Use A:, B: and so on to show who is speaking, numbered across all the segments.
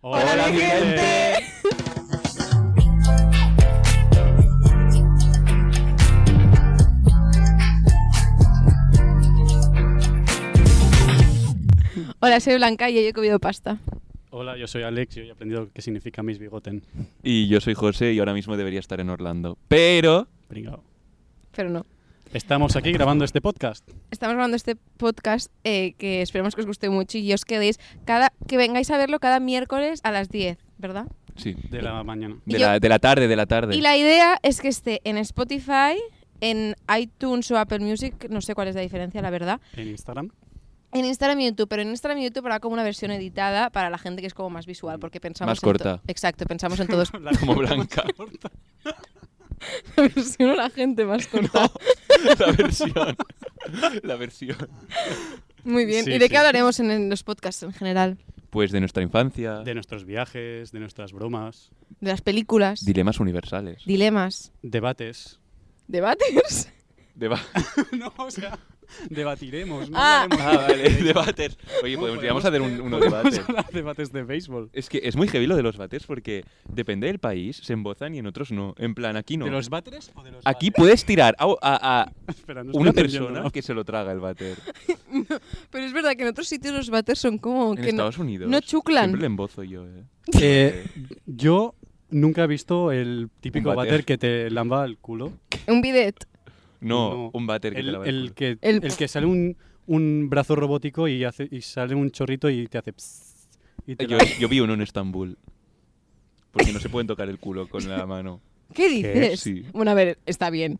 A: Hola, mi gente.
B: Hola, soy Blanca y hoy he comido pasta.
A: Hola, yo soy Alex y hoy he aprendido qué significa mis bigoten.
C: Y yo soy José y ahora mismo debería estar en Orlando. Pero
A: Pringao.
B: Pero no.
A: Estamos aquí grabando este podcast.
B: Estamos grabando este podcast eh, que esperemos que os guste mucho y os quedéis cada que vengáis a verlo cada miércoles a las 10, ¿verdad?
C: sí,
A: De la mañana.
C: de,
B: Y
C: la,
B: yo-
C: de la tarde, de la tarde.
B: Y la idea es que esté en Spotify, en iTunes o Apple Music, no sé cuál es la diferencia, la verdad.
A: En Instagram.
B: En Instagram y YouTube, pero en Instagram y YouTube habrá como una versión editada para la gente que es como más visual, porque pensamos
C: Mm. Más
B: en to-
C: corta.
B: Exacto, pensamos en todos
A: La
C: Como Blanca.
B: la versión o la gente más corta.
C: la versión. la versión.
B: Muy bien.
A: Sí,
B: ¿Y de
A: sí.
B: qué hablaremos en, en los podcasts en general?
C: Pues de nuestra infancia.
A: De nuestros viajes, de nuestras bromas,
B: De las películas,
C: Dilemas universales.
B: dilemas,
A: debates.
B: debates.
C: Deba-
A: no, o sea, debatiremos. No
B: Ah.
A: hablaremos
C: ah, vale,
A: de-
C: debates. Oye,
A: No,
C: podemos, podríamos hacer un, unos
A: podemos
C: debates.
A: hablar de debates de béisbol.
C: Es que es muy heavy lo de los bates porque depende del país, se embozan y en otros no. En plan, aquí no.
A: ¿De los váteres o de los
C: Aquí
A: váteres?
C: puedes tirar a, a- a
A: Espera, no estoy
C: una
A: entendiendo
C: persona
A: nada.
C: que se lo traga el bater.
B: Pero es verdad que en otros sitios los bates son como
C: En
B: que no-
C: Estados Unidos.
B: no chuclan.
C: Siempre le embozo yo, eh.
A: Eh, yo nunca he visto el típico
C: Un
A: váter
C: váter.
A: que te lamba el culo.
B: un bidet.
C: No,
A: No,
C: un váter que te
A: El,
C: lava el
A: el
C: culo.
A: que,
B: El-
A: el que sale un, un brazo robótico y, hace, y sale un chorrito y te hace... psst, y te
C: Yo,
A: la-
C: yo vi uno en Estambul. Porque no se pueden tocar el culo con la mano.
B: ¿Qué dices?
C: Sí.
B: Bueno, a ver, está bien.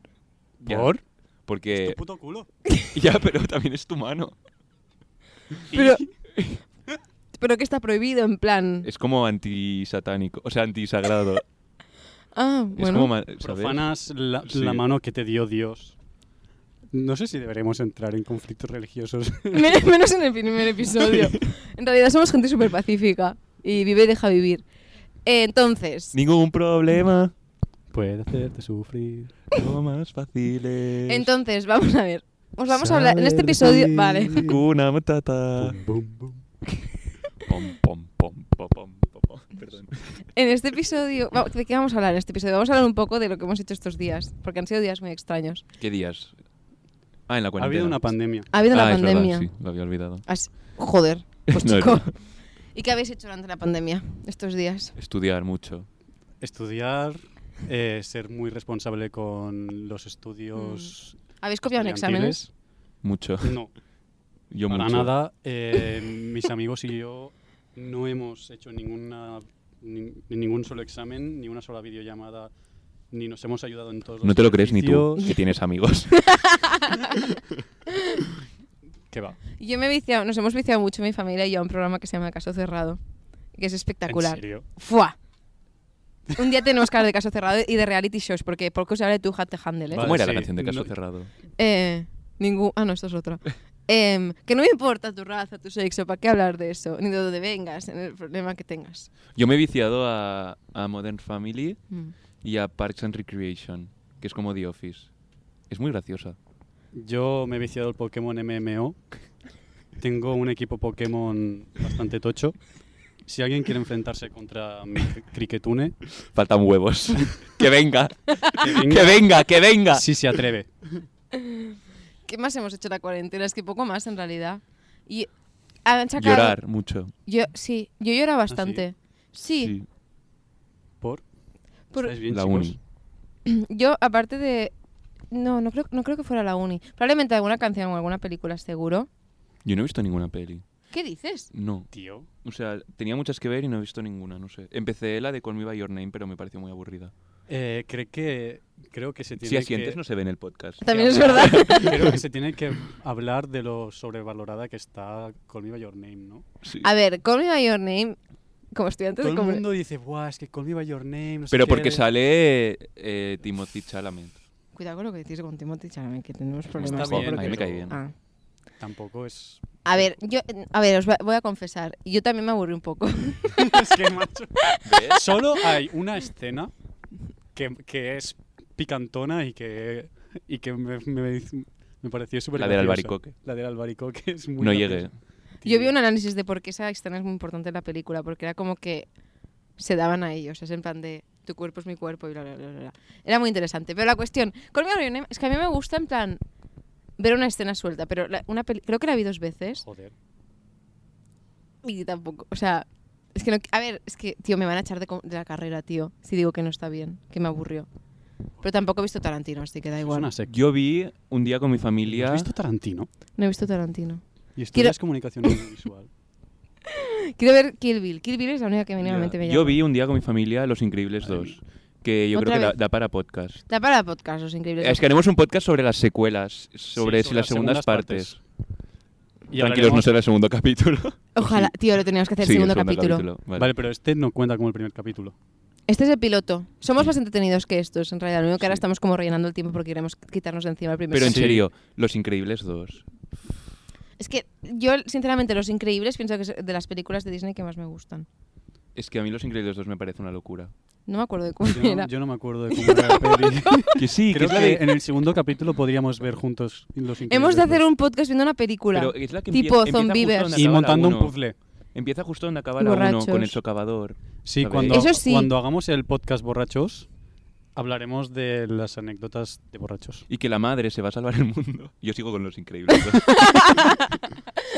C: Ya, Eh,
A: ¿Por?
C: Porque.
A: puto culo.
C: Ya, pero también es tu mano.
B: Pero, pero que está prohibido en plan.
C: Es como antisatánico. O sea, antisagrado.
B: Ah,
C: Es
B: bueno.
C: como. ma- ¿sabes?
A: Profanas la,
C: Sí.
A: la mano que te dio Dios. No sé si deberemos entrar en conflictos religiosos.
B: Men- Menos en el primer episodio. En realidad somos gente súper pacífica y vive y deja vivir. Eh, Entonces,
C: Ningún problema.
A: Puede hacerte sufrir.
C: Lo más fácil es.
B: entonces, vamos a ver. Os vamos a hablar en este episodio. Vale.
C: Hakuna matata.
A: Bum, bum, bum.
C: Pom, pom, pom, pom, pom, pom, pom. Perdón.
B: En este episodio. va- ¿De qué vamos a hablar en este episodio? Vamos a hablar un poco de lo que hemos hecho estos días, porque han sido días muy extraños.
C: ¿Qué días? Ah, en la
A: Ha
C: cuarentena.
A: habido una pandemia.
B: Ha habido
C: Ah,
B: la
C: es verdad,
B: pandemia.
C: sí, lo había olvidado.
B: Has- Joder, pues
C: No, es
B: chico.
C: verdad.
B: ¿Y qué habéis hecho durante la pandemia estos días?
C: Estudiar mucho.
A: Estudiar, eh, ser muy responsable con los estudios.
B: ¿Habéis copiado en exámenes?
C: Mucho.
A: estudiantiles. No,
C: Yo
A: para
C: mucho.
A: nada. Eh, mis amigos y yo no hemos hecho ninguna, ni- ni ningún solo examen, ni una sola videollamada, ni nos hemos ayudado en todos los
C: No te lo crees ni tú,
A: ejercicios.
C: que tienes amigos.
A: Que va.
B: Yo me he viciado, nos hemos viciado mucho mi familia y yo a un programa que se llama Caso Cerrado, que es espectacular.
A: ¿En serio?
B: ¡Fua! Un día tenemos que hablar de Caso Cerrado y de reality shows, porque poco se habla de tu hat handle, ¿eh?
A: Vale.
C: ¿Cómo era
A: sí,
C: la canción de Caso
A: no-
C: Cerrado?
B: Eh, ningún... Ah, no, esto es otra. Em, que no me importa tu raza, tu sexo, ¿para qué hablar de eso? Ni de dónde vengas, en el problema que tengas.
C: Yo me he viciado a, a Modern Family
B: Mm.
C: y a Parks and Recreation, que es como The Office. Es muy graciosa.
A: Yo me he viciado el Pokémon MMO. Tengo un equipo Pokémon bastante tocho. Si alguien quiere enfrentarse contra mi cri- Cricketune,
C: Faltan huevos. que venga,
A: que
C: que
A: venga
C: venga, que venga.
A: si se atreve.
B: ¿Qué más hemos hecho en la cuarentena? Es que poco más, en realidad. Y han sacado...
C: Llorar mucho.
B: Yo, sí, yo lloraba bastante. sí,
C: Sí,
A: ¿Por?
B: por-
A: ¿Estáis bien,
C: la
A: chicos?
C: uni.
B: Yo, aparte de. No, no creo, no creo que fuera la uni. Probablemente alguna canción o alguna película, seguro.
C: Yo no he visto ninguna peli.
B: ¿Qué dices?
C: No.
A: Tío.
C: O sea, tenía muchas que ver y no he visto ninguna, no sé. Empecé la de Call Me By Your Name, pero me pareció muy aburrida.
A: Eh, creo que creo que se tiene
C: Si
A: que
C: asientes, no se ve en el podcast.
B: También es verdad.
A: creo que se tiene que hablar de lo sobrevalorada que está Call Me By Your Name, ¿no?
C: Sí.
B: A ver, Call Me By Your Name, como estudiante
A: Todo
B: de
A: el
B: comun-
A: mundo dice, "Buah, es que Call Me By Your Name." no sé
C: Pero
A: qué".
C: porque sale eh, Timothy Chalamet.
B: Cuidado con lo que decís con Timothy Chalamet, que tenemos problemas.
A: Está
C: Joder,
A: bien,
C: a mí me
A: pero
C: cae bien.
B: Ah.
A: Tampoco es
B: A ver, yo, a ver, os va- voy a confesar. Yo también me aburrí un poco.
A: es que macho.
C: ¿Ves?
A: Solo hay una escena que, que es picantona y que, y que me, me- me pareció súper
C: La del
A: graciosa.
C: albaricoque.
A: La del albaricoque es muy
C: No
A: graciosa.
C: llegué.
B: Yo vi
A: Tío,
B: un análisis de por qué esa escena es muy importante en la película, porque era como que se daban a ellos. Es en plan de tu cuerpo es mi cuerpo y bla, bla, bla, bla. bla. Era muy interesante. Pero la cuestión con Your Name es que a mí me gusta en plan ver una escena suelta, pero la- una peli- creo que la vi dos veces
A: Joder.
B: y tampoco, o sea, es que no, a ver, es que, tío, me van a echar de, co- de la carrera, tío, si digo que no está bien, que me aburrió. Pero tampoco he visto Tarantino, así que da
A: Es una
B: igual.
A: secta.
C: Yo vi un día con mi familia.
A: ¿Has visto Tarantino?
B: No he visto Tarantino.
A: Y
B: Quiero-
A: estudias comunicación audiovisual.
B: Quiero ver Kill Bill. Kill Bill es la única que mínimamente
C: Ya.
B: me llama.
C: Yo vi un día con mi familia Los Increíbles 2, que yo
B: Otra
C: creo que da,
B: vez.
C: da para podcast.
B: Da para podcast, los increíbles.
C: Es que haremos un podcast sobre las secuelas, sobre,
A: Sí,
C: si las segundas, partes.
A: Y
C: Tranquilos, no
A: hablaremos-
C: será el segundo capítulo.
B: Ojalá, tío, lo teníamos que hacer
C: Sí, el
B: segundo,
C: segundo
B: capítulo.
C: Vale.
A: Vale, pero este no cuenta como el primer capítulo.
B: Este es el piloto. Somos más entretenidos que estos, en realidad. Lo único que ahora
C: Sí.
B: estamos como rellenando el tiempo porque queremos quitarnos de encima el primer
C: Pero en
A: Sí.
C: serio, Los Increíbles 2.
B: Es que yo, sinceramente, Los Increíbles pienso que es de las películas de Disney que más me gustan.
C: Es que a mí Los Increíbles 2 me parece una locura.
B: No me acuerdo de cuál
A: Yo
B: era.
A: no, yo no me acuerdo de cómo era la peli.
C: Que este- sí,
A: Creo
C: es la de-
A: que en el segundo capítulo podríamos ver juntos los
B: Hemos
A: Increíbles
B: de hacer
A: dos.
B: un podcast viendo una película.
C: Pero es la que
B: Tipo
C: empieza, empieza
B: Zombievers.
C: justo donde
A: Y
C: acaba la
A: montando un
C: uno.
A: puzzle.
C: Empieza justo donde acaba
B: Y
C: la 1
B: borrachos.
C: con el socavador.
A: Sí,
C: ¿Sabéis?
A: cuando,
B: Eso sí.
A: cuando hagamos el podcast borrachos, hablaremos de las anécdotas de borrachos.
C: Y que la madre se va a salvar el mundo. Yo sigo con Los Increíbles 2.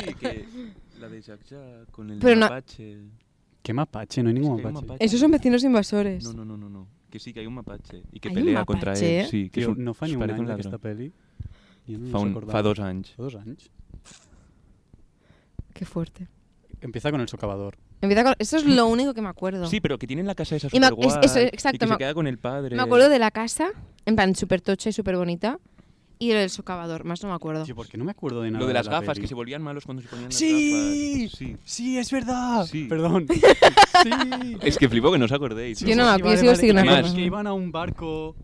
C: sí, que la de Jack Jack con el
B: Pero no-
C: mapache.
A: ¿Qué mapache? No hay ningún
C: Es que hay un
A: mapache.
C: mapache.
B: Esos son vecinos invasores.
C: No, no, no, no, no. Que sí, que hay un mapache. Y que
B: Hay un
C: pelea contra
B: mapache?
C: él. Sí, que
A: Tío,
C: es un,
A: no fa ni
C: es
A: un
C: parece
A: any
C: ladrón.
A: aquesta peli. Jo no
C: Fa,
A: me'n
C: un,
A: recordava.
C: fa dos anys.
A: Fa dos anys.
B: Qué fuerte.
A: Empieza con el socavador.
B: Empieza con- Eso es lo único que me acuerdo.
C: Sí, pero que tienen la casa esa
B: Y me-
C: super guay.
B: es- eso,
C: y
B: exacto,
C: que
B: me-
C: se queda con el padre.
B: Me acuerdo de la casa, en plan súper tocha y súper bonita. Y el socavador, más no me acuerdo.
A: Tío, ¿por qué no me acuerdo de nada
C: Lo de las
A: la
C: gafas,
A: peli?
C: que se volvían malos cuando se ponían las
A: ¡Sí!
C: gafas. Sí.
A: Sí, es verdad.
C: Sí.
A: Perdón. sí.
C: Es que flipo que no os acordéis.
B: Yo no me
A: Sí,
B: acuerdo,
A: vale,
B: yo sigo
A: vale,
B: sin
A: que-
C: acordarme.
A: Que iban a un barco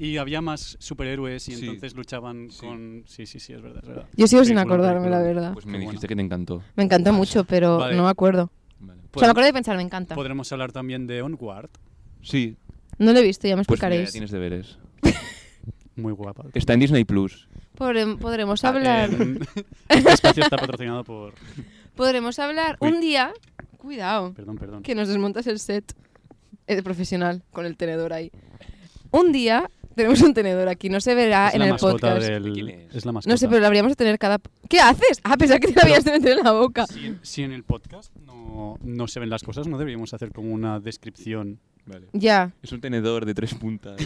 A: y había más superhéroes y
C: Sí.
A: entonces luchaban
C: Sí.
A: con... Sí, sí, sí, es verdad, es verdad.
B: Yo sigo sin
A: Película,
B: acordarme, la
A: película.
B: verdad.
C: Pues
A: Qué
C: me dijiste que te encantó.
B: Me encantó mucho, pero
A: Vale.
B: no me acuerdo.
C: Vale.
B: o sea, me acuerdo de pensar, me encanta.
A: Podremos hablar también de Onward.
C: Sí,
B: No lo he visto, ya me
C: pues mira, ya
B: explicaréis.
C: tienes deberes.
A: Muy guapa.
C: Está en Disney Plus.
B: Podrem-
C: Ah,
B: podremos hablar.
A: Eh, Este espacio está patrocinado por...
B: podremos hablar
A: Uy.
B: un día. Cuidado,
A: Perdón, perdón.
B: que nos desmontas el set eh, profesional con el tenedor ahí. Un día tenemos un tenedor aquí, no se verá
A: es
B: en
A: la
B: el
A: mascota
B: podcast.
A: del...
C: ¿De quién es?
A: la mascota.
B: No sé, pero lo habríamos de tener cada. ¿Qué haces? Ah, pensaba que te lo habías de meter en la boca.
A: Si en, si en el podcast no, no se ven las cosas, no deberíamos hacer como una descripción.
C: Vale.
B: Ya.
C: Es un tenedor de tres puntas.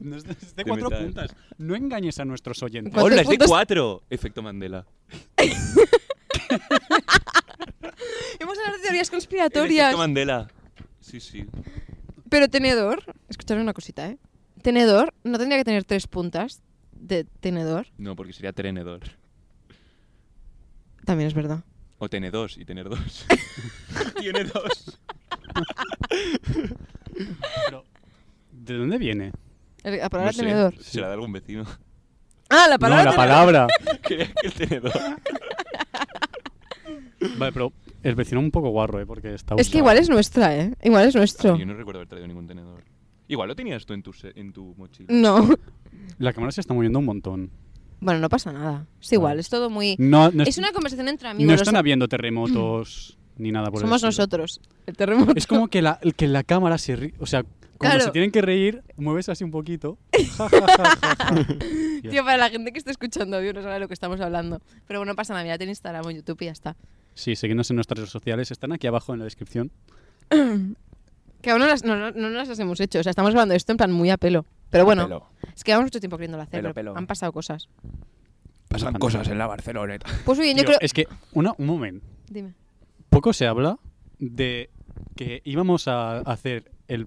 A: No es de, es de
C: De
A: cuatro
C: metal.
A: puntas. No engañes a nuestros oyentes.
B: ¿Cuántos
C: ¡Hola, es de
B: puntos?
C: cuatro! Efecto Mandela.
B: Hemos hablado de teorías
A: este
C: El
B: conspiratorias.
C: efecto Mandela. Sí, sí.
B: Pero tenedor. Escuchadme una cosita, ¿eh? Tenedor no tendría que tener tres puntas de tenedor.
C: No, porque sería tenedor.
B: También es verdad.
C: O tener dos y tener dos. Tiene dos.
A: Pero, ¿De dónde viene?
B: El- La palabra
C: No sé,
B: tenedor.
C: Será de algún vecino.
B: Ah, la palabra.
A: no, la
B: tenedor.
A: palabra.
C: Creía que el tenedor.
A: Vale, pero el vecino un poco guarro, ¿eh? Porque está
B: Es que
A: usado.
B: igual es nuestra, ¿eh? Igual es nuestro.
C: Yo no recuerdo haber traído ningún tenedor. Igual lo tenías tú en tu, se- en tu mochila.
B: No.
A: La cámara se está moviendo un montón.
B: Bueno, no pasa nada. Es igual, es todo muy.
A: No, no,
B: Es una conversación entre
A: no
B: amigos.
A: están
B: los-
A: habiendo terremotos ni nada por el
B: Somos
A: estilo.
B: nosotros. El terremoto.
A: Es como que la, que la cámara se ríe. O sea, cuando
B: Claro.
A: se tienen que reír, mueves así un poquito. Ja, ja, ja, ja, ja.
B: Tío, para la gente que está escuchando audio no sabe de lo que estamos hablando. Pero bueno, no pasa nada. Mira, en Instagram o YouTube y ya está.
A: Sí, seguidnos en nuestras redes sociales. Están aquí abajo en la descripción.
B: Que aún no las, no, no- no las hemos hecho. O sea, estamos hablando de esto en plan muy a pelo. Pero bueno, es que llevamos mucho tiempo queriéndolo hacer.
C: Pelo,
B: pero
C: pelo.
B: Han pasado cosas.
A: Pasan cosas
C: en la Barceloneta.
B: Pues bien,
A: Tío, eh,
B: yo creo.
A: Es que, una- un momento.
B: Dime.
A: Poco se habla de que íbamos a hacer el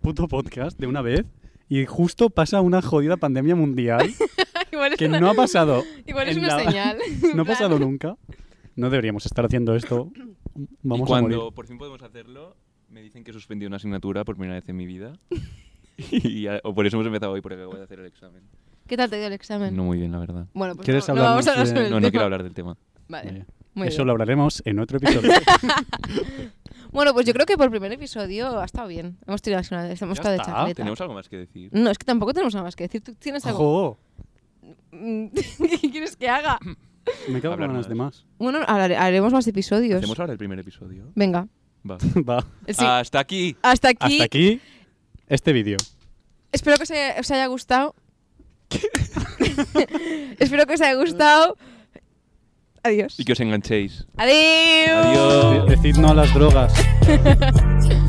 A: puto podcast de una vez y justo pasa una jodida pandemia mundial
B: igual es
A: que
B: una,
A: no ha pasado.
B: igual es
A: en
B: una
A: la-
B: señal.
A: No
B: En
A: ha
B: plan,
A: pasado nunca. No deberíamos estar haciendo esto. Vamos
C: y cuando
A: a morir.
C: por fin podemos hacerlo, me dicen que he suspendido una asignatura por primera vez en mi vida. y ya- o por eso hemos empezado hoy, porque acabo de hacer el examen.
B: ¿Qué tal te dio el examen?
C: No muy bien, la verdad.
B: Bueno, pues
A: ¿Quieres
B: no, no
A: hablarnos
B: vamos a hablar
A: de-
B: sobre el
C: No, no
B: tema.
C: quiero hablar del tema.
B: Vale,
A: Vaya.
B: muy
A: Eso
B: bien.
A: lo hablaremos en otro episodio.
B: Bueno, pues yo creo que por el primer episodio ha estado bien. Hemos tirado una hemos
A: Ya
B: estado de
A: está,
B: charleta.
C: ¿Tenemos algo más que decir?
B: No, es que tampoco tenemos nada más que decir. ¿Tú tienes algo?
A: Ojo,
B: Mm, ¿Qué quieres que haga?
A: me quedo con
C: Hablar
A: ganas de más.
B: Bueno, hablar- haremos más episodios.
C: ¿Hacemos ahora el primer episodio?
B: Venga,
C: Va.
A: Va.
B: Sí.
C: Hasta aquí.
B: Hasta aquí.
A: Ah, Hasta aquí este vídeo.
B: Espero que os haya, os haya gustado. Espero que os haya gustado. Adiós.
C: Y que os enganchéis.
B: Adiós.
C: Adiós.
A: Decid no a las drogas.